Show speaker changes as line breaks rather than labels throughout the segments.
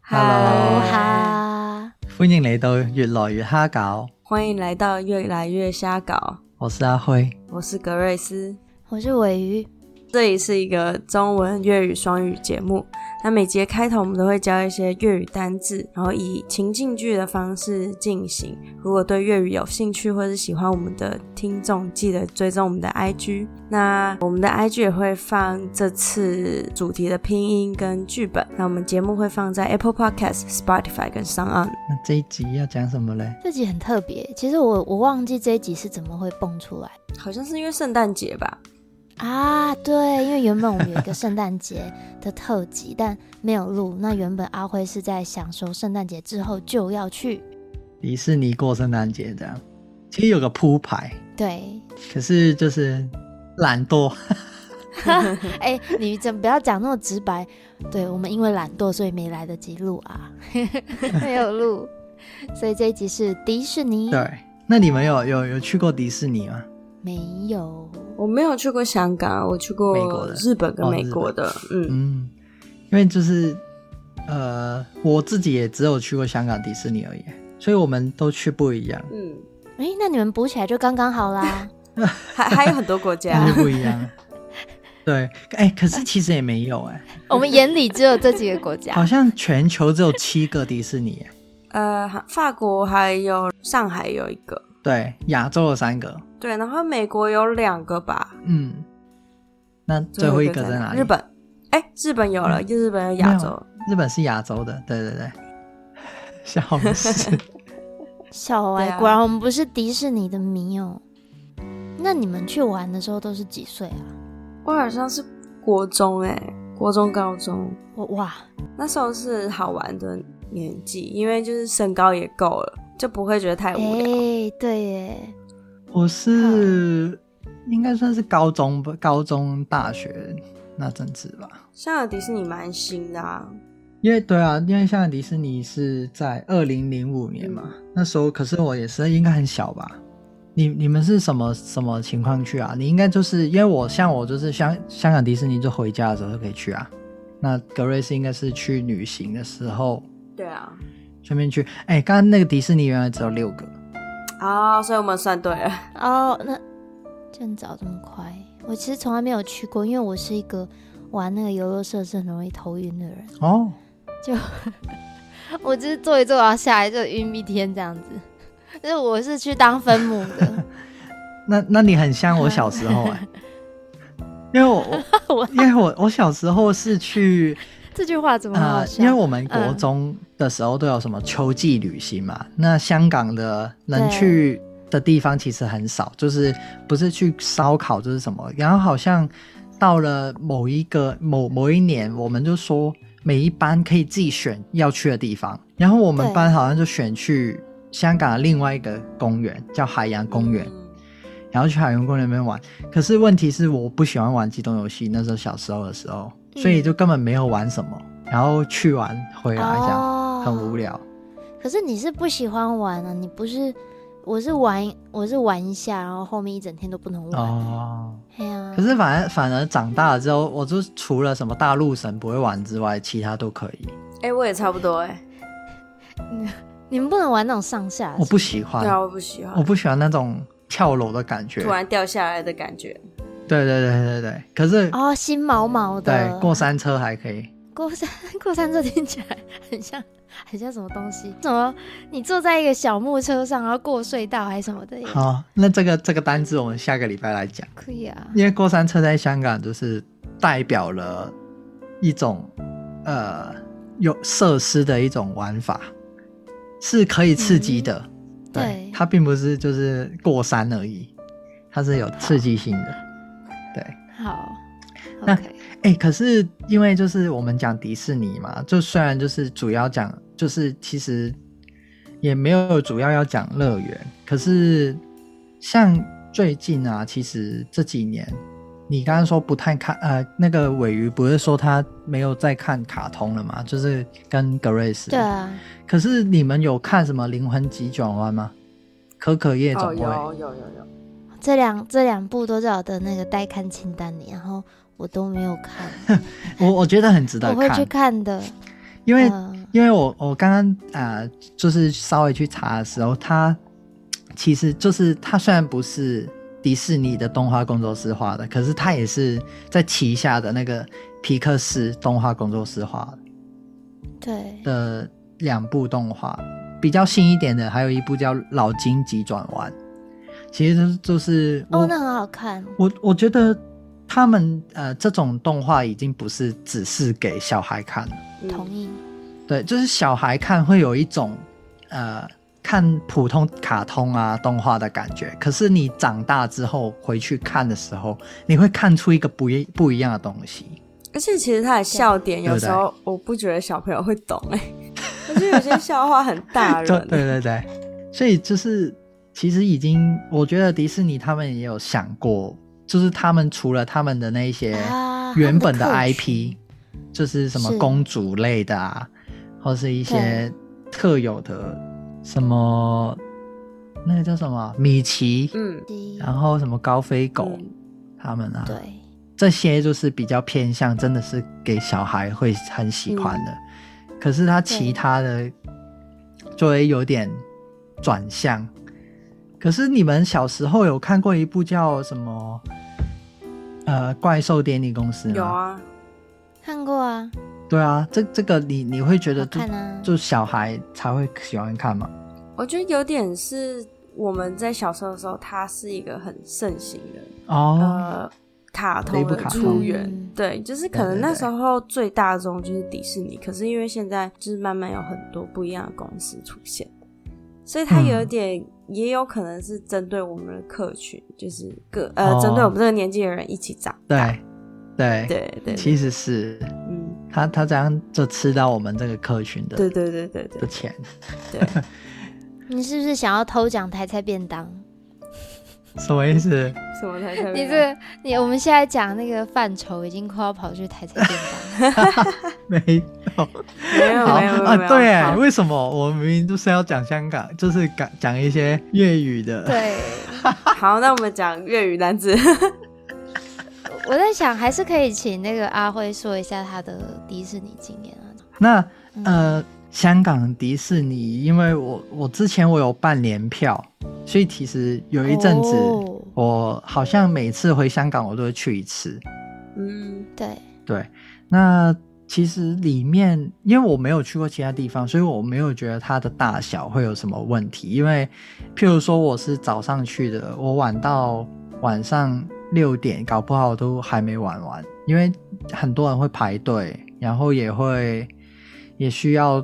Hello，
哦哈，
欢迎嚟到越来越虾饺，
欢迎来到越来越瞎搞，
我是阿辉。
我是格瑞斯，
我是尾鱼，
这里是一个中文、粤语双语节目。那每节开头我们都会教一些粤语单字，然后以情境剧的方式进行。如果对粤语有兴趣或是喜欢我们的听众，记得追踪我们的 IG。那我们的 IG 也会放这次主题的拼音跟剧本。那我们节目会放在 Apple Podcast、Spotify 跟 s o n
那这一集要讲什么嘞？
这集很特别。其实我我忘记这一集是怎么会蹦出来
好像是因为圣诞节吧。
啊？对，因为原本我们有一个圣诞节的特辑，但没有录。那原本阿辉是在想说圣诞节之后就要去，
迪士尼过圣诞节这样，其实有个铺排，
对，
可是就是懒惰。
哎、你怎不要讲那么直白？对我们因为懒惰，所以没来得及录啊， 没有录。所以这一集是迪士尼，
对，那你们有有有去过迪士尼吗？
没有
我没有去过香港，我去过
美国的
日本跟
哦
美国的，嗯，
嗯，因为就是呃，我自己也只有去过香港迪士尼而已，所以我们都去不一样，
嗯，
哎、那你们补起来就刚刚好啦。
还还有很多国
但
家
是，不一样。对，哎、可是其实也没有哎、
我们眼里只有这几个国家，
好像全球只有七个迪士尼、哎
呃，法国还有上海有一个，
对，亚洲有三个，
对，然后美国有两个吧，
嗯，那最后一个在哪里？嗯
日，本，哎，日本有了，日本有亚洲，
日本是亚洲的，对对对。 笑死！
小歪
对，啊
果然我们不是迪士尼的迷哦。那你们去玩的时候都是几岁啊？
我好像是国中，哎，国中高中
我哇，
那时候是好玩的年纪，因为就是身高也够了，就不会觉得太
哎、
无聊。
对耶，
我是应该算是高中吧，高中大学那阵子吧。
香港迪士尼蛮新的啊，
因为对啊，因为像迪士尼是在二零零五年嘛，
嗯
那时候可是我也是应该很小吧。你你们是什么什么情况去啊？你应该就是因为我像我就是香香港迪士尼就回家的时候就可以去啊。那格瑞斯应该是去旅行的时候
对啊，
顺便去。哎、刚刚那个迪士尼原来只有六个，
啊，所以我们算对了。
哦，那这么早这么快，我其实从来没有去过，因为我是一个玩那个游乐设施很容易头晕的人，
哦，
我就是坐一坐然后下来就晕一天这样子。就是我是去当分母的，
那那你很像 我小时候哎、因为我 我因为我我小时候是去
这句话怎么
啊、
好
呃
笑？
因为我们国中的时候都有什么秋季旅行嘛，那香港的能
对
去的地方其实很少，就是不是去烧烤就是什么，然后好像到了某一个某某一年，我们就说每一班可以自己选要去的地方，然后我们
对
班好像就选去香港的另外一个公园叫海洋公园，
嗯
然后去海洋公园那边玩。可是问题是，我不喜欢玩机动游戏，那时候小时候的时候，
嗯
所以就根本没有玩什么。然后去玩回来这样、
哦
很无聊。
可是你是不喜欢玩啊？你不是，我是玩，我是玩一下，然后后面一整天都不能玩。
哦，
哎呀，
可是反而反而长大了之后，我就除了什么大陆神不会玩之外，其他都可以。
哎、我也差不多哎、
你们不能玩那种上下，
我不喜欢，
对啊，我不喜欢
我不喜欢那种跳楼的感觉。
突然掉下来的感觉。
对对对对对，可是、
哦，心毛毛的。
对过山车还可以。
过山过山车听起来很像很像什么东西？怎么你坐在一个小木车上，然后过隧道还是什么的耶？
好，那这个这个单字我们下个礼拜来讲。
可以啊，
因为过山车在香港就是代表了一种呃有设施的一种玩法，是可以刺激的。
对
它并不是就是过山而已，它是有刺激性的。对，
好
那
，OK，
哎、可是因为就是我们讲迪士尼嘛，就虽然就是主要讲，就是其实也没有主要要讲乐园，可是像最近啊，其实这几年，你刚刚说不太看，呃，那个尾鱼不是说他没有在看卡通了嘛，就是跟格瑞斯。
对。啊，
可是你们有看什么《灵魂急转弯》吗？可可夜总
哦，
会、
有有有有，
这两这两部都在我的那个待看清单里，然后我都没有看，
我我觉得很值得
我会去
看，
看的。
因为
嗯
因为我我刚刚啊、呃就是稍微去查的时候，它其实就是它虽然不是迪士尼的动画工作室画的，可是它也是在旗下的那个皮克斯动画工作室画
对，
的两部动画，比较新一点的还有一部叫《老金急转弯》，其实就是就是我
哦，那很好看，
我我觉得他们呃这种动画已经不是只是给小孩看了。
嗯
同意。
对，就是小孩看会有一种呃看普通卡通啊动画的感觉，可是你长大之后回去看的时候，你会看出一个不一不一样的东西。
而且其实他的笑点有时候我不觉得小朋友会懂哎、我觉得有些笑话很 大
就
人、
对对对，所以就是其实已经，我觉得迪士尼他们也有想过，就是他们除了他们的那一些
啊
原本的
他们的客
IP，、
群
就是什么
是
公主类的啊，或是一些
对
特有的什么那个叫什么啊米奇，
嗯，
然后什么高飞狗、
嗯
他们啊，
对，
这些就是比较偏向，真的是给小孩会很喜欢的。
嗯
可是他其他的就会有点转向。可是你们小时候有看过一部叫什么？呃，怪兽电力公司吗？
有。啊，
看过啊，
对啊，这这个你你会觉得
好
就
看啊，
就小孩才会喜欢看嘛？
我觉得有点是我们在小时候的时候，它是一个很盛行的
哦，
呃卡
雷
通
布
的
卡
出
通
源
嗯，
对，就是
对
可
对
能那
对
时候最大宗就是迪士尼，可是因为现在就是慢慢有很多不一样的公司出现，所以它有
嗯
点、也有可能是针对我们的客群，就是个呃
哦
针对我们这个年纪的人一起长大，
对
对
对
对对，
其实是
嗯，
他他这样就吃到我们这个客群的
对对对对
的
对
钱。
对，
你是不是想要偷讲台菜便当？
什么意思？
什么才特别啊
你这个你我们现在讲那个范畴已经快要跑去台菜便 当了，
没有
没有
好
没有没有
啊
没有，
对耶，
好
为什么我明明就是要讲香港，就是讲讲一些粤语的？
对。
好，那我们讲粤语单字，
我在想，还是可以请那个阿辉说一下他的迪士尼经验啊。
那
嗯，
呃，香港迪士尼，因为我我之前我有办年票，所以其实有一阵子、
哦
我好像每次回香港我都会去一次。
嗯，
对，
对，那其实里面，因为我没有去过其他地方，所以我没有觉得它的大小会有什么问题。因为，譬如说我是早上去的，我晚到晚上六点，搞不好都还没玩完，因为很多人会排队，然后也会也需要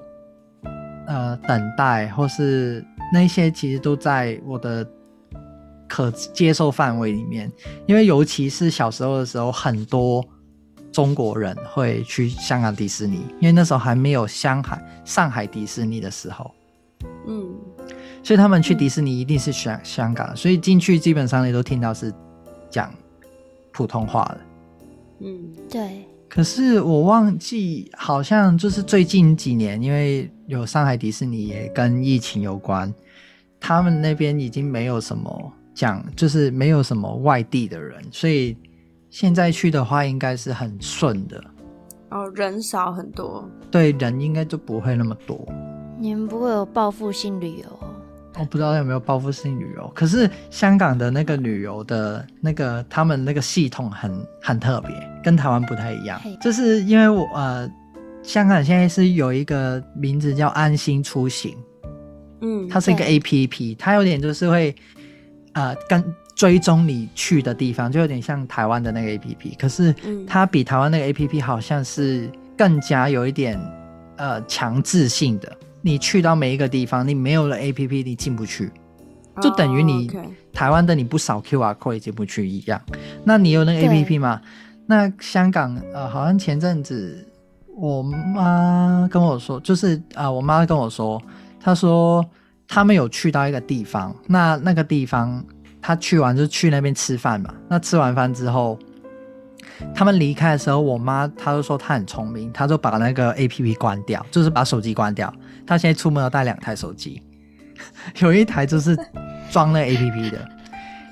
呃等待，或是那些其实都在我的。可接受范围里面，因为尤其是小时候的时候，很多中国人会去香港迪士尼，因为那时候还没有香海上海迪士尼的时候，
嗯，
所以他们去迪士尼一定是香香港，所以进去基本上也都听到是讲普通话的。
嗯，
对，
可是我忘记，好像就是最近几年，因为有上海迪士尼也跟疫情有关，他们那边已经没有什么讲，就是没有什么外地的人，所以现在去的话应该是很顺的，
然后哦人少很多，
对人应该就不会那么多。
你们不会有报复性旅游哦？
我不知道有没有报复性旅游，可是香港的那个旅游的那个他们那个系统很很特别，跟台湾不太一样
嘿。
就是因为我呃，香港现在是有一个名字叫安心出行，
嗯，
它是一个
对
A P P，它有点就是会呃跟追踪你去的地方，就有点像台湾的那个 A P P，可是
嗯
它比台湾那个 A P P 好像是更加有一点呃强制性的。你去到每一个地方，你没有了 A P P，你进不去。就等于你
哦，OK
台湾的你不扫 QR code 也进不去一样。那你有那个
对
APP 吗？那香港呃，好像前阵子我妈跟我说，就是啊、呃我妈跟我说，她说他们有去到一个地方，那那个地方她去完就去那边吃饭嘛。那吃完饭之后，他们离开的时候，我妈她就说她很聪明，她就把那个 APP 关掉，就是把手机关掉。她现在出门要带两台手机，有一台就是装那 APP 的，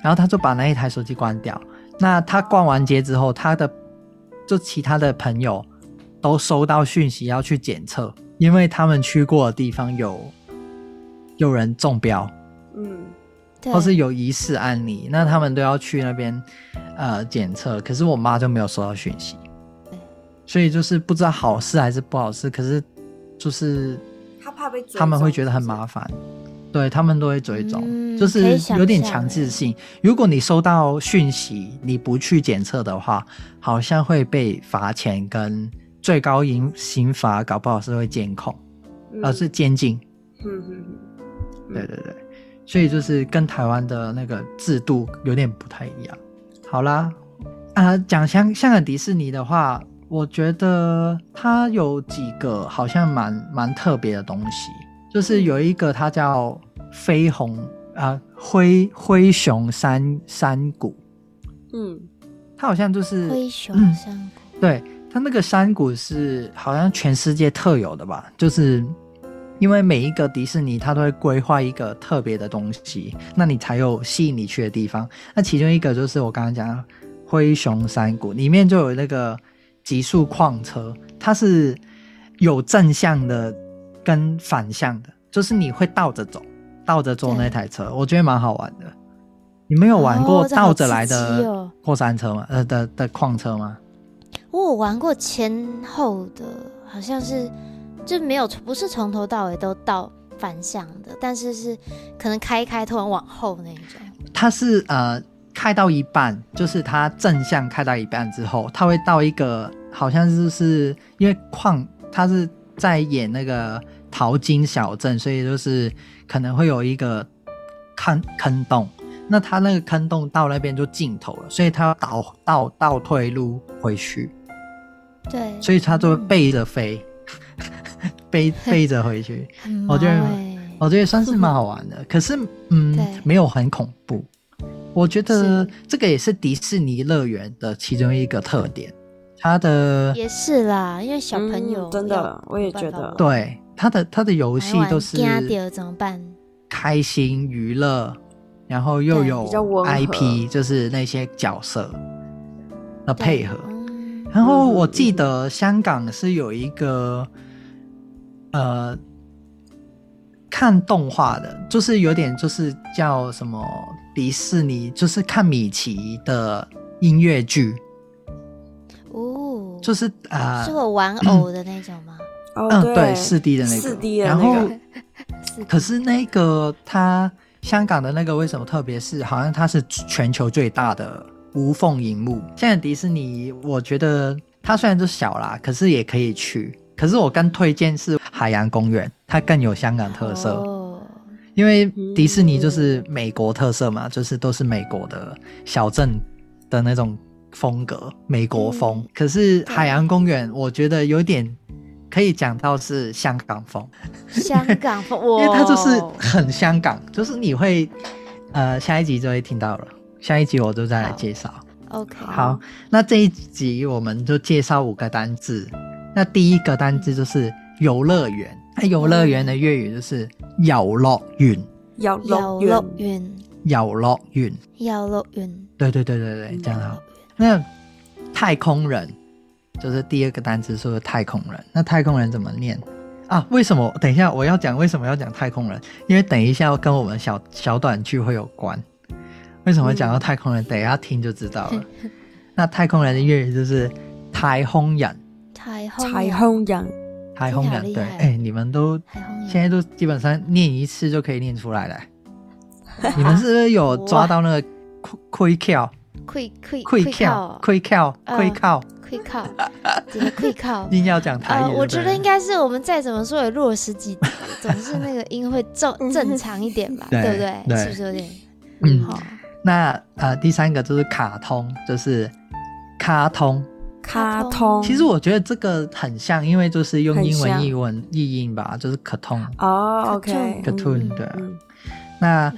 然后她就把那一台手机关掉。那她逛完街之后，她的就其他的朋友都收到讯息要去检测，因为他们去过的地方有有人中标，
嗯，
对
或是有疑似案例，那他们都要去那边呃检测。可是我妈就没有收到讯息，所以就是不知道好事还是不好事。可是就是
他怕被追
他们会
踪
觉得很麻烦，对他们都会追踪，
嗯
就
可以
是
想
有点
象
强制
欸
性。如果你收到讯息你不去检测的话，好像会被罚钱跟最高刑刑罚，搞不好是会监控，
嗯
而、是监禁。
嗯嗯嗯
对对对，所以就是跟台湾的那个制度有点不太一样。好啦，啊，讲香香港迪士尼的话，我觉得它有几个好像蛮蛮特别的东西，就是有一个它叫绯红啊灰灰熊山山谷，
嗯
它好像就是
灰熊
嗯
山谷，
对，它那个山谷是好像全世界特有的吧？就是因为每一个迪士尼它都会规划一个特别的东西，那你才有吸引你去的地方。那其中一个就是我刚刚讲的灰熊山谷，里面就有那个极速矿车，它是有正向的跟反向的，就是你会倒着走，倒着坐那
对
台车，我觉得蛮好玩的。你们有玩过
哦这好
倒着来
刺激
的
哦
过山车吗？呃的的矿车吗？
我有玩过前后的，好像是就没有不是从头到尾都到反向的，但是是可能开一开突然往后那一种。
它是呃开到一半，就是它正向开到一半之后，它会到一个好像就是因为矿，它是在演那个淘金小镇，所以就是可能会有一个坑坑洞。那它那个坑洞到那边就尽头了，所以它要倒倒倒退路回去，
对，
所以它就会背着飞， 背背着回去。
很忙
我觉得
欸
我觉得哦算是蛮好玩的，可是嗯
对，
没有很恐怖。我觉得
是
这个也是迪士尼乐园的其中一个特点，它的
也是啦，因为小朋友
嗯真的
要
我也
没办
觉
法
得
玩
对它的它的游戏
玩
都是
惊到怎么办？
开心娱乐，然后又
对
有
比较温和
IP，就是那些角色的
对
配合。
嗯
然后我记得香港是有一个，呃，看动画的，就是有点就是叫什么迪士尼，就是看米奇的音乐剧，
哦，
就是是啊，
是
呃、
我玩偶的那种 吗？
哦、
嗯，
对，
对，四 D 的那个，
四 D 的
然
那个，
后
是
可是那个它香港的那个为什么特别是好像它是全球最大的无缝荧幕？现在迪士尼我觉得它虽然就小啦，可是也可以去。可是我更推荐是海洋公园，它更有香港特色，
哦，
因为迪士尼就是美国特色嘛，就是都是美国的小镇的那种风格，美国风。
嗯
可是海洋公园，我觉得有点可以讲到是香港风。
香 港风，
因
因
为它就是很香港，就是你会，呃，下一集就会听到了，下一集我就再来
好
介绍。
OK，
好，那这一集我们就介绍五个单字，那第一个单字就是游乐园，那游乐园的粤语就是游乐园，
要乐
游乐
园，
园，
游乐园，
游乐园，
对对对对对，这样好。那太空人就是第二个单词，说的太空人。那太空人怎么念啊？为什么？等一下我要讲为什么要讲太空人，因为等一下跟我们小小短剧会有关。为什么会讲到太空人？等一下听就知道了。那太空人的粤语就是太空人，
彩虹，
彩，虹羊，
太空
听
人。
起
对，
来厉害
哎、你们都
彩虹
现
眼，
在都基本上念一次就可以念出来了。你们是不是有抓到那个 quick kill
溃溃
quick
靠
kill，quick kill
嗯
quick kill？。
溃靠，直接溃靠
硬要讲台语
呃，
就对了、
我觉得应该是我们再怎么说也录了十几集， 总是那个音会正正常一点吧，
对
对不对？
对
是不是有点
嗯
好？
那呃，第三个就是卡通，就是卡通。
卡通，
其实我觉得这个很像，因为就是用
很
英文
像
译文译音吧，就是卡通。
哦，OK，
卡
嗯
cartoon
嗯
对啊。
嗯
那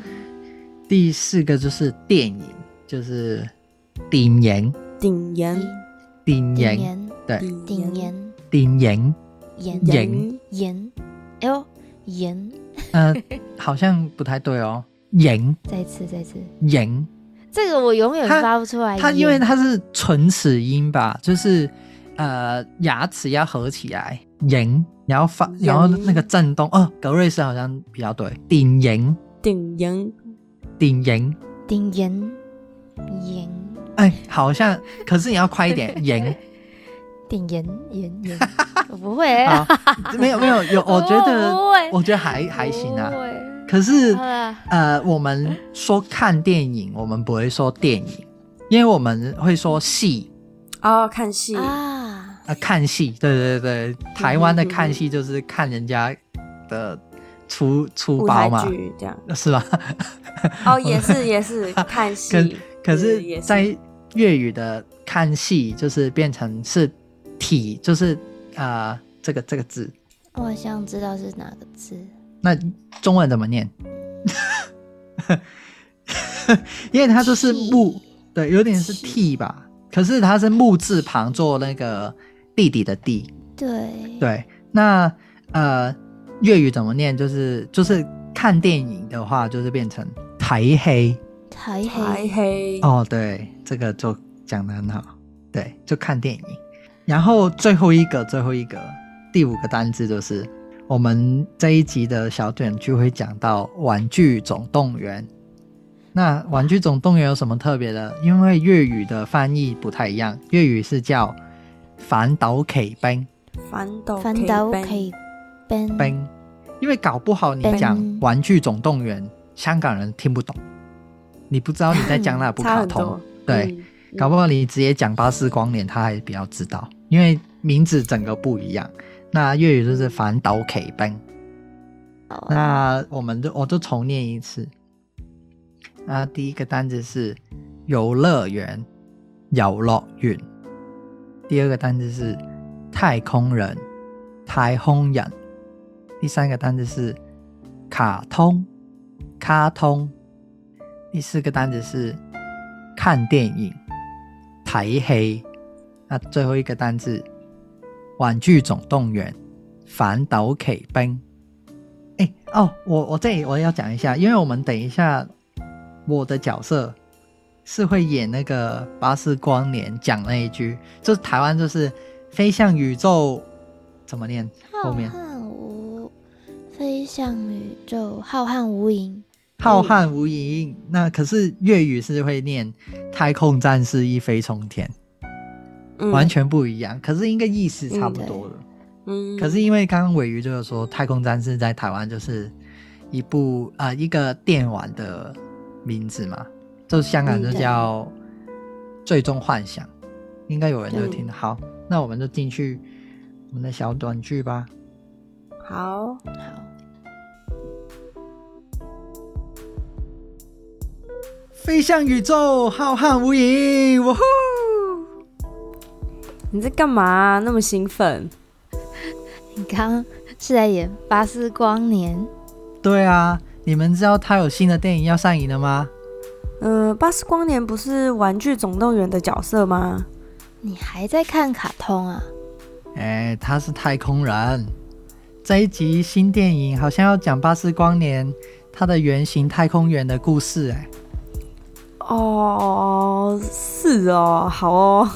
第四个就是电影，就是电影，
顶
嗯
炎，
电
顶嗯
影，
炎
对，
顶炎
电影。
炎
炎
炎
炎，哎呦炎，
呃，好像不太对哦，影
再一次再一次，
影，
这个我永远
它
发不出来炎。
它因为它是唇齿音吧，就是呃牙齿要合起来，影你要发，然后那个震动哦，格瑞斯好像比较对，顶炎，
顶营
顶炎，
顶炎炎
哎，好像，可是你要快一点， 炎
顶炎炎 炎，我不会欸，
啊，没有没有有，我觉得
不会
我觉得还还行啊
不，会嗯
可是
好啦
呃，我们说看电影，我们不会说电影，因为我们会说戏
哦，看戏
啊，
啊、呃看戏，对对对，台湾的看戏就是看人家的出出
舞
包
台
嘛，
剧这样。
是吧？
哦，也是也是看戏，
可
嗯
是，
也是
在粤语的看戏就是变成是体，就是呃这个这个字，
我想知道是哪个字，
那中文怎么念？ 因为它就是木
体，
对，有点是
体
替吧，可是它是木字旁做那个弟弟的弟，
对
对，那呃粤语怎么念？就是就是看电影的话，就是变成睇戏。
台
台
黑
黑
哦，对，这个就讲的很好，对，就看电影。然后最后一个，最后一个，第五个单字就是我们这一集的小短剧会讲到《玩具总动员》。那《玩具总动员》有什么特别的？因为粤语的翻译不太一样，粤语是叫“反斗骑兵
反斗
翻到
可以
可以奔”，
兵，因为搞不好你讲
嗯
《玩具总动员》，香港人听不懂，你不知道你在讲哪 部
差
卡
很
通
多，，
对。
嗯，
搞不好你直接讲巴斯光年，他还比较知道，因为名字整个不一样。那粤语就是反斗骑兵。
哦
好啊
那我们就我就重念一次。那第一个单字是游乐园，游乐园。第二个单字是太空人，太空人。第三个单字是卡通，卡通。第四个单字是看电影，睇戏。那最后一个单字，玩具总动员，反斗骑兵。哎、哦，我我这里我要讲一下，因为我们等一下我的角色是会演那个巴斯光年讲那一句，就是台湾就是飞向宇宙怎么念后
浩
面
瀚无飞向宇宙，浩瀚无垠，
浩瀚无垠。那可是粤语是会念太空战士一飞冲天，
嗯
完，全不一样，可是应该意思差不
嗯
多的。
嗯
可是因为刚刚尾鱼就是说，《太空战士》在台湾就是一部啊、呃一个电玩的名字嘛，就香港就叫《最终幻想》，应该有人就听。好，那我们就进去我们的小短剧吧。
好，
好，
飞向宇宙，浩瀚无垠，哇呼！
你在干嘛啊那么兴奋？
你刚刚 是在演《巴斯光年》，
对啊，你们知道他有新的电影要上映了吗？
呃，巴斯光年不是《玩具总动员》的角色吗？
你还在看卡通啊？
哎，他是太空人。这一集新电影好像要讲巴斯光年他的原型太空员的故事，哎，
哦，是哦，好哦，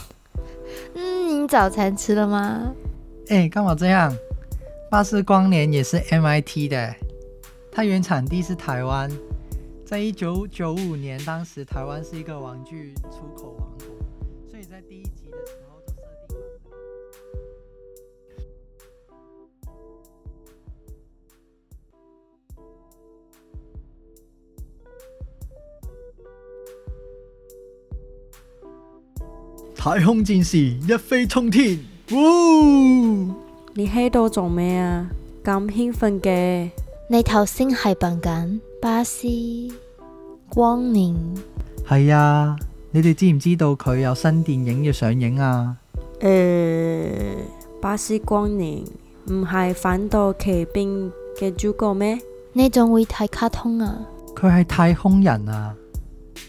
嗯，你早餐吃了吗？
哎，干嘛这样？巴斯光年也是 MIT 的，它原产地是台湾，在一九九五年，当时台湾是一个玩具出口王国，所以在第一集的时候就设定了。太空战士一飞冲天，哇、
你喺度做咩啊？咁興奮嘅，
你頭先係扮緊巴斯光年，
系啊，你哋知唔知道佢有新電影要上映啊？
誒、呃巴斯光年唔係反到奇兵嘅主角咩？
你仲會睇卡通啊？
佢係太空人啊！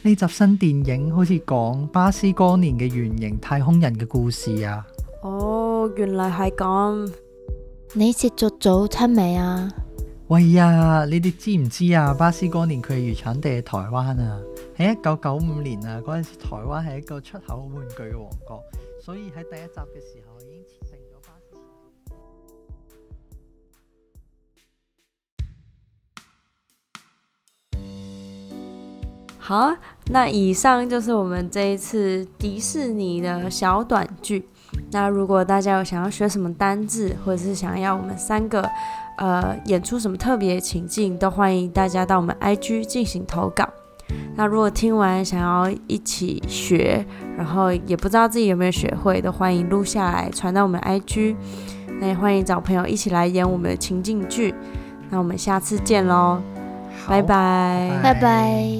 呢集新電影好似講巴斯光年嘅原型太空人嘅故事啊！
哦，原來係咁，
你食咗早餐未啊？
喂呀，你哋知唔知啊？巴斯光年佢嘅原產地係台灣啊！喺一九九五年啊，嗰陣時台灣係一個出口玩具嘅王國，所以喺第一集嘅時候已經設定咗巴斯。
好啊，那以上就是我们这一次迪士尼的小短剧。那如果大家有想要学什么单字，或者是想要我们三个呃演出什么特别情境，都欢迎大家到我们 IG 进行投稿。那如果听完想要一起学，然后也不知道自己有没有学会，都欢迎录下来传到我们 IG。那也欢迎找朋友一起来演我们的情境剧。那我们下次见喽，拜
好
拜。
拜拜。